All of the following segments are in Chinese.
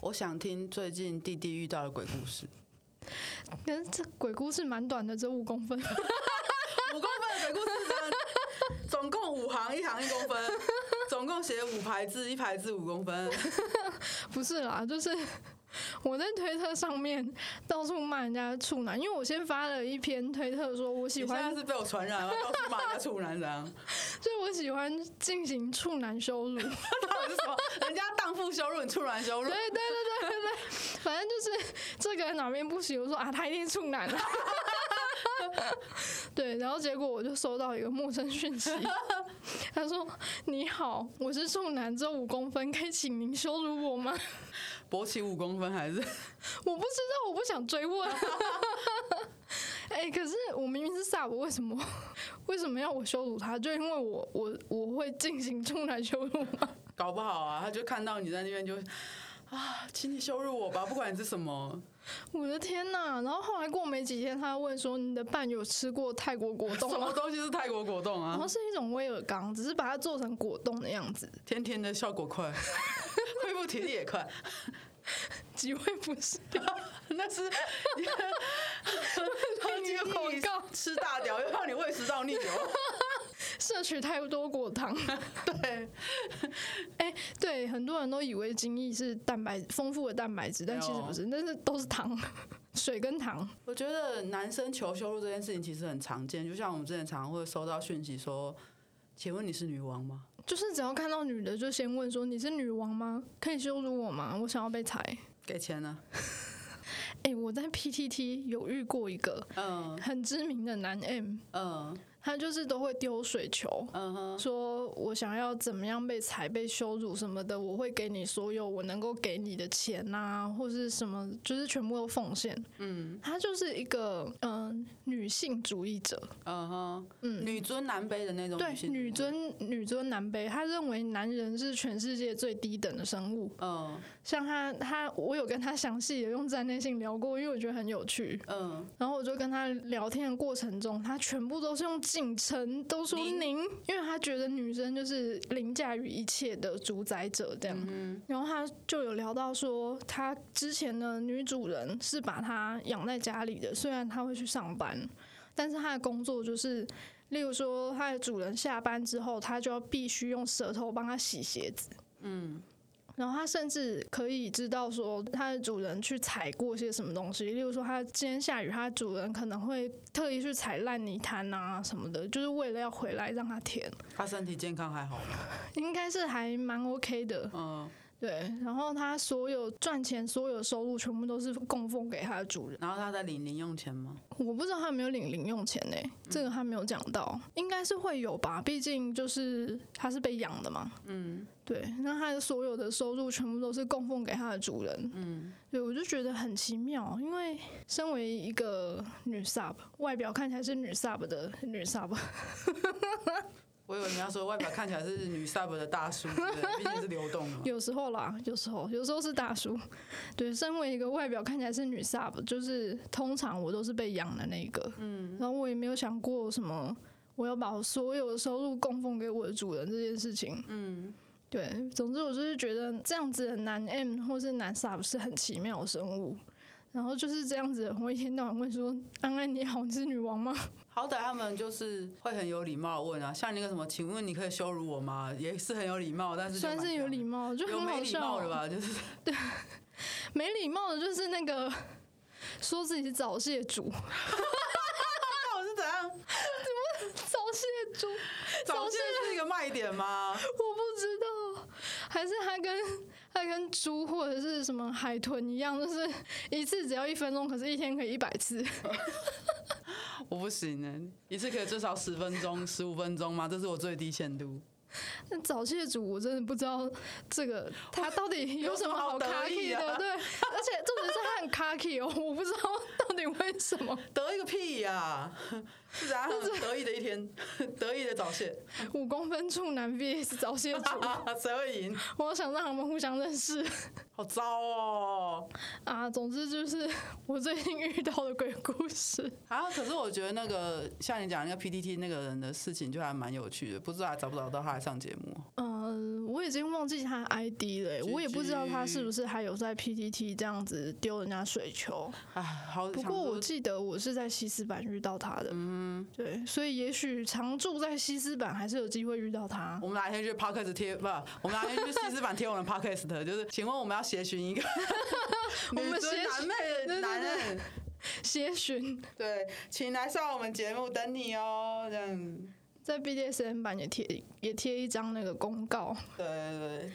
我想听最近弟弟遇到的鬼故事， 但是这鬼故事蛮短的，只有五公分。 五公分的鬼故事真的，总共五行，一行一公分，总共写五排字，一排字五公分。不是啦，就是 我在推特上面到处骂人家处男，因为我先发了一篇推特说我 喜你现在欢，是被我传染吗？到处骂人家啊处男这样，就我喜欢进行处男羞辱。 到底是什么？人家荡妇羞辱，你处男羞辱对对对，对对对，反正就是这个人哪边不行，我说啊， 他一定处男了。对，然后结果我就收到一个陌生讯息，他说：“你好，我是处男，只有五公分，可以请您羞辱我吗？”勃起五公分还是？我不知道，我不想追 问。哎、可是我明明是萨博，为什么 为什么要我羞辱他？就因为我我我会进行处男羞辱吗？搞不好啊，他就看到你在那边就啊，请你羞辱我吧，不管你是什么，我的天呐！然后后来过没几天，他问说：“你的伴有吃过泰国果冻什么吗东西是泰国果冻？”然啊后，是一种威尔刚，只是把它做成果冻的样子，天天的效果快， 恢复体力也快，几位不是？ 那是喝几个广告吃大屌，又让你胃食道逆流，摄取太多果 糖。对，哎、对，很多人都以为精益是蛋白丰富的蛋白质，但其实不是，但是都是糖， 水跟糖。 我觉得男生求羞辱这件事情其实很常见，就像我们之前常常会收到讯息说：“请问你是女王吗就是只要看到女的，就先问说你是女王吗？可以羞辱我吗？我想要被裁。？”给钱呢、哎、我在 PTT 有遇过一个嗯很知名的男 M，嗯他就是都会丢水球，嗯哼，说我想要怎么样被裁、被羞辱什么的，我会给你所有我能够给你的钱啊，或是什么，就是全部都奉献。嗯，他就是一个嗯、女性主义者，嗯哼，嗯女尊男卑的那种对哦女性女尊女尊男卑，他认为男人是全世界最低等的生物。嗯像他，他我有跟他详细的用站内性聊过，因为我觉得很有趣。嗯，然后我就跟他聊天的过程中，他全部都是用敬称，都说您您，因为他觉得女生就是凌驾于一切的主宰者这样。嗯然后他就有聊到说，他之前的女主人是把他养在家里的，虽然他会去上班，但是他的工作就是，例如说他的主人下班之后，他就要必须用舌头帮他洗鞋子。然后他甚至可以知道说他的主人去踩过些什么东西，例如说他今天下雨，他的主人可能会特意去踩烂泥滩啊什么的，就是为了要回来让他舔，她身体健康还好吗？应该是还蛮 OK 的。嗯，对，然后他所有赚钱、所有收入全部都是供奉给他的主人，然后她在领零用钱吗？我不知道他有没有领零用钱呢、这个他没有讲到，应该是会有吧，毕竟就是他是被养的嘛。嗯对，那他的所有的收入全部都是供奉给他的主人。嗯，对，我就觉得很奇妙，因为身为一个女 sub，外表看起来是女 sub 的女 sub，我以为你要说外表看起来是女 sub 的大叔，对不对毕竟是流动的嘛。有时候啦，有时候，有时候是大叔。对，身为一个外表看起来是女 sub，就是通常我都是被养的那一个，嗯，然后我也没有想过什么，我要把我所有的收入供奉给我的主人这件事情，嗯。对，总之我就是觉得这样子的男 M 或是男 sub 是很奇妙的生物，然后就是这样子，我一天到晚问说：“安安你好，你是女王吗？”好歹他们就是会很有礼貌的问啊，像那个什么，请问你可以羞辱我吗？也是很有礼貌，但是就算蛮是有像礼貌，就有很没好礼笑貌的。吧？就是没礼貌的就是那个 说自己是早泄主，那我是怎样？早泄主，早早泄泄是一个卖点 吗？我不知道，还是他跟他跟猪或者是什么海豚一样，就是一次只要一分钟，可是一天可以一百次。我不行呢、欸一次可以最少十分钟、十五分钟吗？这是我最低限度。那早泄主我真的不知道这个他到底有什么好有什么好得 cocky 意啊的，对，而且重点是他很 cocky 哦，我不知道到底为什么。得意个屁呀、是怎样得意的一天， 得意的早泄，五公分处男 VS 早泄主， 谁会赢？我想让他们互相认识。好糟哦！啊，总之就是我最近遇到的鬼故事。啊，可是我觉得那个像你讲那个 PTT 那个人的事情，就还蛮有趣的，不知道还找不找到他还上节目？嗯，我已经忘记他的 ID 了耶， GG 我也不知道他是不是还有在 PTT 这样子丢人家水球。哎，好。不想过我说记得我是在西斯版遇到他的，嗯，对，所以也许常住在西斯版还是有机会遇到他。我们哪一天去 podcast 贴不？我们哪一天去西斯版贴我们 podcast？就是， 请问我们要协寻一 个我们女尊协寻男妹对对的男对人，些许对，请来上我们节目等你哦，这样子。在 BDSM 版也贴也贴一张那个公告，对对对，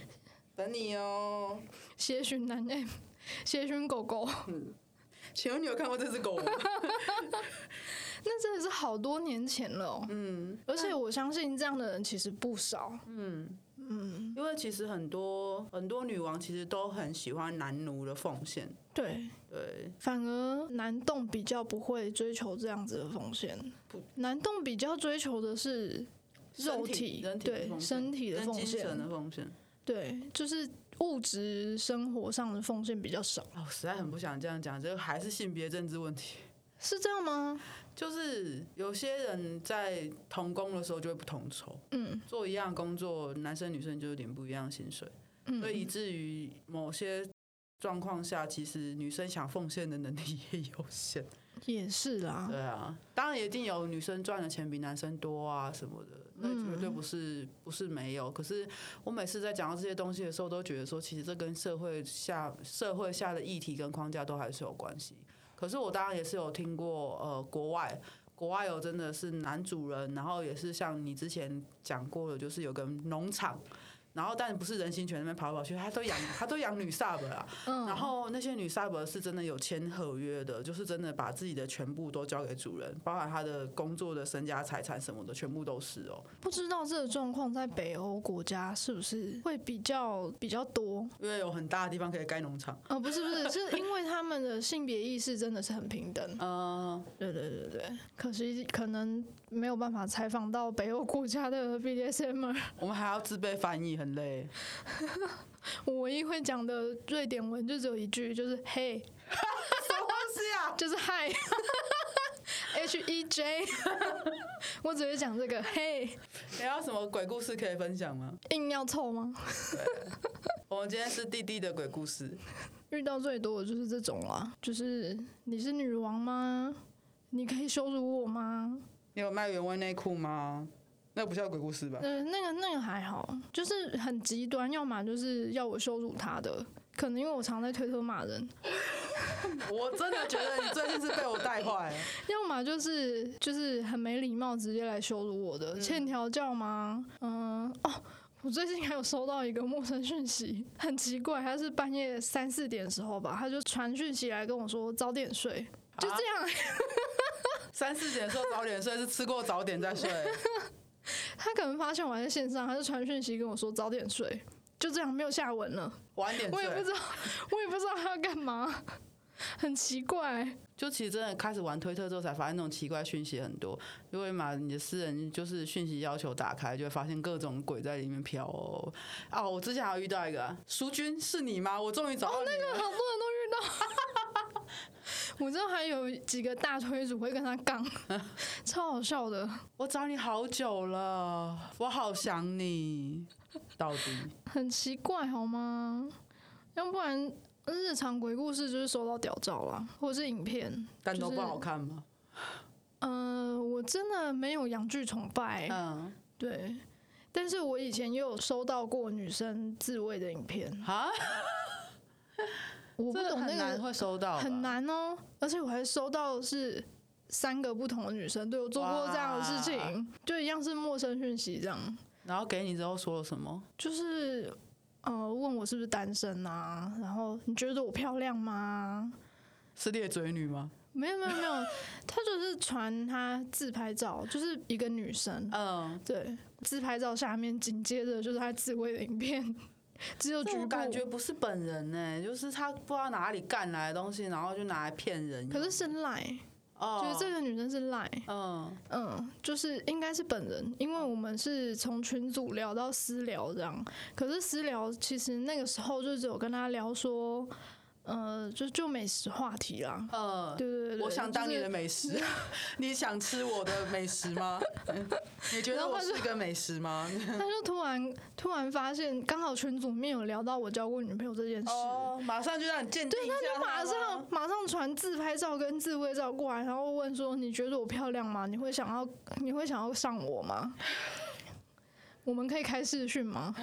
等你哦。些许男 M，些 许狗狗，请问你有看过这只狗 吗？那真的是好多年前了、哦。嗯，而且我相信这样的人其实不少，因为其实很多很多女王其实都很喜欢男奴的奉献，对，对，反而男动比较不会追求这样子的风险不，男动比较追求的是身肉体人体的对奉献身体的跟奉精神献，的奉献。对，就是物质生活上的奉献比较少，哦，实在很不想这样讲，这个还是性别政治问题。是这样吗？就是有些人在同工的时候就会不同酬，嗯做一样的工作，男生女生就有点不一样的薪水，所以以嗯，至于某些状况下，其实女生想奉献的能力也有限。也是啦，对啊，当然一定有女生赚的钱比男生多啊什么的，那嗯绝对不是不是没有。可是我每次在讲到这些东西的时候，都觉得说，其实这跟社会下社会下的议题跟框架都还是有关系。可是我当然也是有听过，呃，国外国外有真的是男主人，然后也是像你之前讲过的，就是有个农场。然后，但不是人形犬那边跑来跑去，他都养他都养女 sub 啦，嗯，然后那些女萨博是真的有签合约的，就是真的把自己的全部都交给主人，包含她的工作的身家财产什么的，全部都是哦。不知道这个状况在北欧国家是不是会比较比较多？因为有很大的地方可以盖农场。呃，不是不是， 是因为他们的性别意识真的是很平等，嗯，对对对对，可惜可能没有办法采访到北欧国家的 BDSM，我们还要自备翻译，很累。 我唯一会讲的瑞典文就只有一句，就是 Hey，什么东西啊？就是 Hi，H E J，我只会讲这个 Hey，你还有什么鬼故事可以分享吗？硬要凑吗？我们今天是弟弟的鬼故事，遇到最多的就是这种啦，就是你是女王吗？你可以羞辱我吗？你有卖原味内裤吗？那不叫鬼故事吧？呃，那个那个还好，就是很极端，要么就是要我羞辱他的，可能因为我常在推特骂人，我真的觉得你最近是被我带坏了。要么就是就是很没礼貌，直接来羞辱我嗯的，欠调教吗？嗯，哦，我最近还有收到一个陌生讯息，很奇怪，他是半夜三四点的时候吧，他就传讯息来跟我说早点睡，啊就这样， 三四点的时候早点睡，是吃过早点再睡。他可能发现我还在线上，他就传讯息跟我说早点睡，就这样没有下文了，晚点我也不睡知，道，我也不知道他要干嘛，很奇怪，就其实真的开始玩推特之后，才发现那种奇怪讯息很多。因为嘛，你的私人就是讯息要求打开，就会发现各种鬼在里面飘哦。啊，我之前还有遇到一个啊淑君，是你吗？我终于找到 你了。好多人都遇到。我知道还有几个大推主会跟他杠，超好笑的，我找你好久了，我好想你。到底很奇怪好吗？要不然日常鬼故事就是收到屌照啦，或者是影片。但都就是不好看吗？呃，我真的没有洋剧崇拜，嗯，对。但是我以前也有收到过女生自慰的影片，啊，哎我不真的懂那很难个会收到吧，很难哦，而且我还收到是三个不同的女生对我做过这样的事情，就一样是陌生讯息这样。然后给你之后说了什么？就是呃，问我是不是单身啊？然后你觉得我漂亮吗？是猎嘴女吗？没有没有没 有，他就是传他自拍照，就是一个女生，嗯，对，自拍照下面紧接着就是他自慰的影片，只有这局种部。感觉不是本人呢、就是他不知道哪里干来的东西，然后就拿来骗人。可是是赖，哦，就是这个女生是赖，嗯，嗯，就是应该是本人，因为我们是从群组聊到私聊这样。可是私聊其实那个时候就只有跟他聊说，呃，就就美食话题啦。呃，对对对对，我想当你就是的美 食，你想吃我的美食吗？你觉然得后我他就是个美食 吗？他就突然突然发现，刚好群组里面有聊到我交过女朋友这件事，哦，马上就让你鉴定一下就马他吗上马上传自拍照跟自慰照过来，然后问说：“你觉得我漂亮吗？你会想要你会想要上我吗？我们可以开视讯 吗？”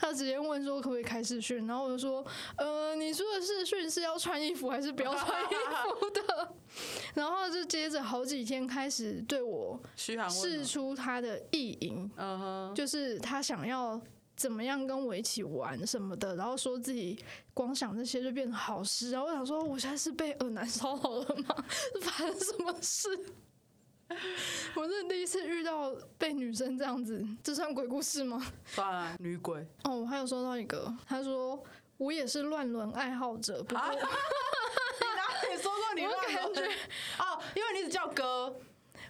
他直接问说可不可以开视讯，然后我就说，呃，你说的视讯是要穿衣服还是不要穿衣服的？ 然后就接着好几天开始对我嘘寒问试暖。出他的意淫，嗯哼，就是他想要怎么样跟我一起玩什么的，然后说自己光想这些就变得好湿，然后我想说，我现在是被耳男骚扰了吗？ 发生什么事？ 我是第一次遇到被女生这样子，这算鬼故事吗？算了，女鬼。哦，我还有收到一个，他说我也是乱伦爱好者，不 过、啊 你哪里说过你我乱感伦觉哦，因为你一直叫哥，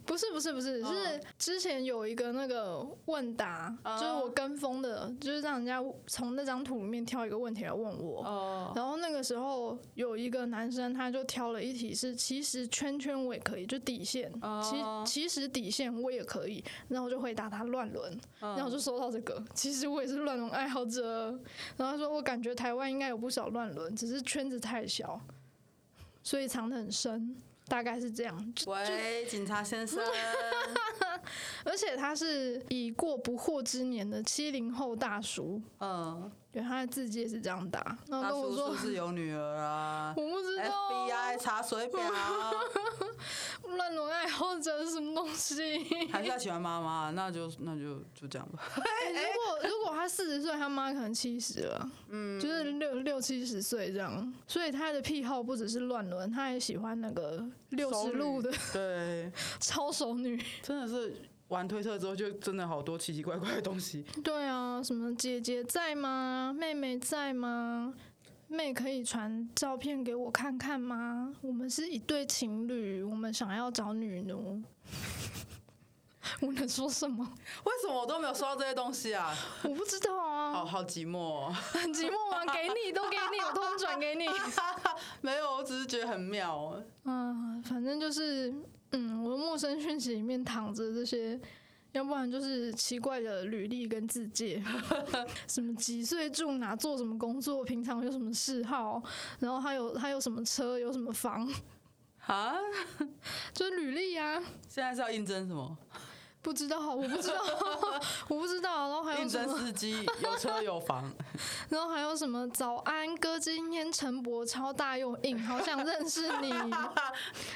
不是不是不是，哦是之前有一个那个问答，哦就是我跟风的，就是让人家从那张图里面挑一个问题来问我。哦，然后那个时候有一个男生，他就挑了一题是，其实圈圈我也可以，就底线，哦其其实底线我也可以。然后我就回答他乱伦，嗯然后我就收到这个，其实我也是乱伦爱好者。然后他说我感觉台湾应该有不少乱伦，只是圈子太小，所以藏得很深，大概是这样。就喂，警察先 生，而且他是已过不惑之年的七零后大叔，嗯，对，他的字界是这样打，然后大跟哦我叔是说不是有女儿啊 我不知道？FBI 查水 表，乱伦爱好者是什么东 西。还是他喜欢妈妈？那就那就就这样吧。欸如果如果他四十岁，他妈可能七十了，嗯，就是六六七十岁这样，所以他的癖好不只是乱伦，他也喜欢那个六十路的 对，超熟女，真的是玩推特之后，就真的好多奇奇怪怪的东西。对啊，什么姐姐在吗？妹妹在吗？妹可以传照片给我看看吗？我们是一对情侣，我们想要找女奴。 我能说什么？为什么我都没有收到这些东西啊？我不知道好啊，好寂寞、哦。很寂寞啊，给你都给你，我通通转给你。没有，我只是觉得很妙、哦。嗯，反正就是，嗯，我的陌生讯息里面躺着这些，要不然就是奇怪的履历跟自介， 什么几岁住哪，做什么工作，平常有什么嗜好，然后还有还有什么车，有什么房，啊，就是履历啊，现在是要应征什么？不知道，我不知道， 我不知道，然后还有应什征么，司机，有车有 房。然后还有什么早安哥，今天陈博超大又硬，好想认识你。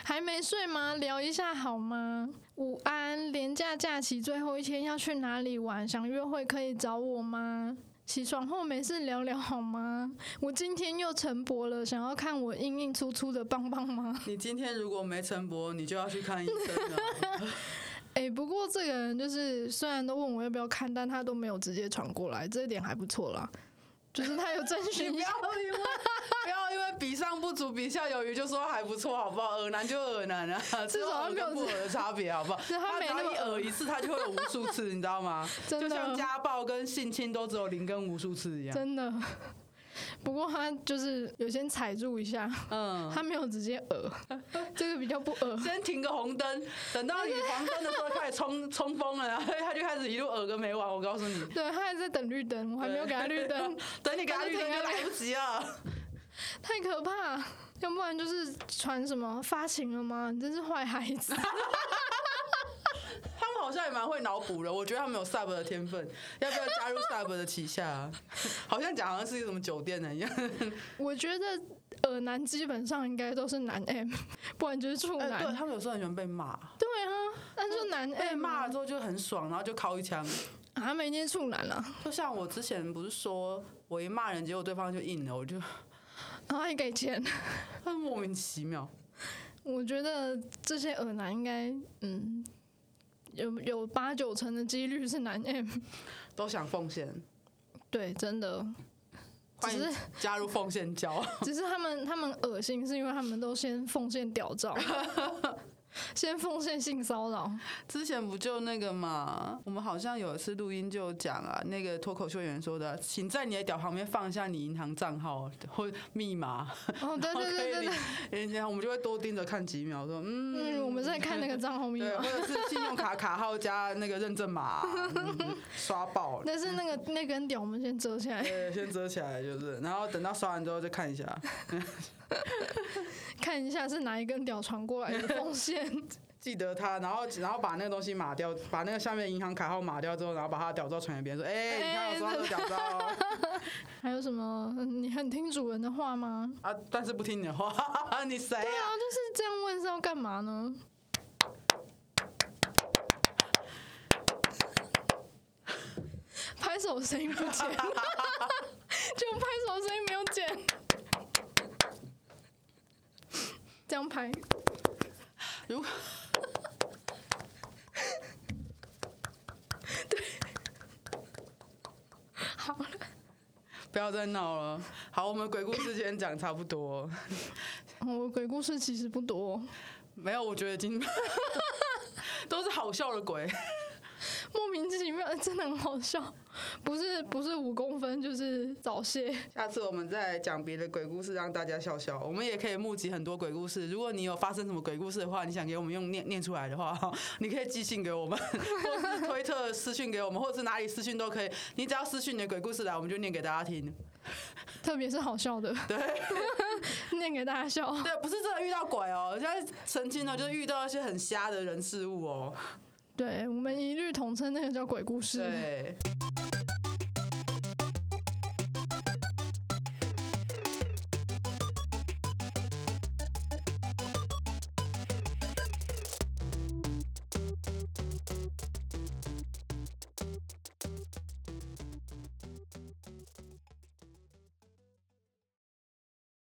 还没睡吗？聊一下好吗？午安，连假假期最后一天要去哪里玩？想约会可以找我吗？起床后没事聊聊好吗？我今天又晨勃了，想要看我硬硬粗粗的棒棒吗？ 你今天如果没晨勃，你就要去看医生了。诶，不过这个人就是虽然都问我要不要看，但他都没有直接传过来，这一点还不错啦。就是他有征你 询不一要下，因为不要因为比上不足，比下有余，就说还不错，好不好？耳男就耳男啊， 至至少他少没有跟不耳的差别，好 不好？是他没只要那么一耳一次，他就会有无数次，你知道吗？ 真的就像家暴跟性侵都只有零跟无数次一样。真的。 不过他就是有先踩住一下，嗯，他没有直接讹， 这个比较不呃讹。先停个红灯，等到你黄灯的时候开始冲 冲锋了，然后他就开始一路耳个没完。我告诉你，对他还在等绿灯，我还没有给他 绿灯，等你给他绿灯就来不及了。太可怕。要不然就是传什么发情了吗？你真是坏孩子。 他们好像也蛮会脑补的，我觉得他们有 sub 的天分，要不要加入 sub 的旗下、 啊？好像讲好像是一个什么酒店的一样。我觉得耳男基本上应该都是男 M，不然就是处哎，男。对他们有时候很喜欢被骂，对啊，但是男 M 啊哦被骂了之后就很爽，然后就敲一枪。啊，他们已经处男了，啊就像我之前不是说我一骂人，结果对方就硬了，我就 然后还给钱。 很莫名其妙。我觉得这些耳男应该，嗯，有有八九成的几率是男 M。都想奉献，对，真的。只欢迎是 加入奉 献教。 只是他们他们恶心，是因为他们都先奉献屌照，先奉献性骚扰，之前不就那个嘛，我们好像有一次录音就讲啊，那个脱口秀演员说的，啊请在你的屌旁边放一下你银行账号或密码，哦，对对对对对，人家我们就会多盯着看几秒，说嗯，嗯，我们在看那个账号密对，码或，者是信用卡卡号加那个认证码，嗯刷爆了。 但是那个那根屌我们先遮起来，对，先遮起来就是，然后等到刷完之后再看一下。看一下是哪一根屌传过来的奉献。 记得他，然后然后把那个东西码掉，把那个下面银行卡号码掉之后，然后把他的屌照传给别人说：“哎、你看我刷到的屌照哦还有什么？嗯你很听主人的话吗？啊！”但是不听你的话，你谁对哎呀、啊，就是这样问是要干嘛呢？拍手声音不见，就拍手声音没有剪，这样拍。如果好了，不要再闹了。好，我们鬼故事今天讲差不多，我哦鬼故事其实不多，没有，我觉得已经 都是好笑的鬼。莫名其妙，真的很好笑。不是不是五公分，就是早泄。下次我们再讲别的鬼故事，让大家笑笑。我们也可以募集很多鬼故事。如果你有发生什么鬼故事的话，你想给我们用念念出来的话， 你可以寄信给我们， 或者是推特私讯给我们，或者是哪里私讯都可以。你只要私讯你的鬼故事来，我们就念给大家听。特别是好笑的，对， 念给大家笑。对，不是真的遇到鬼哦，人家澄清了，就是遇到一些很瞎的人事物哦。对，我们一律统称那个叫鬼故事。对。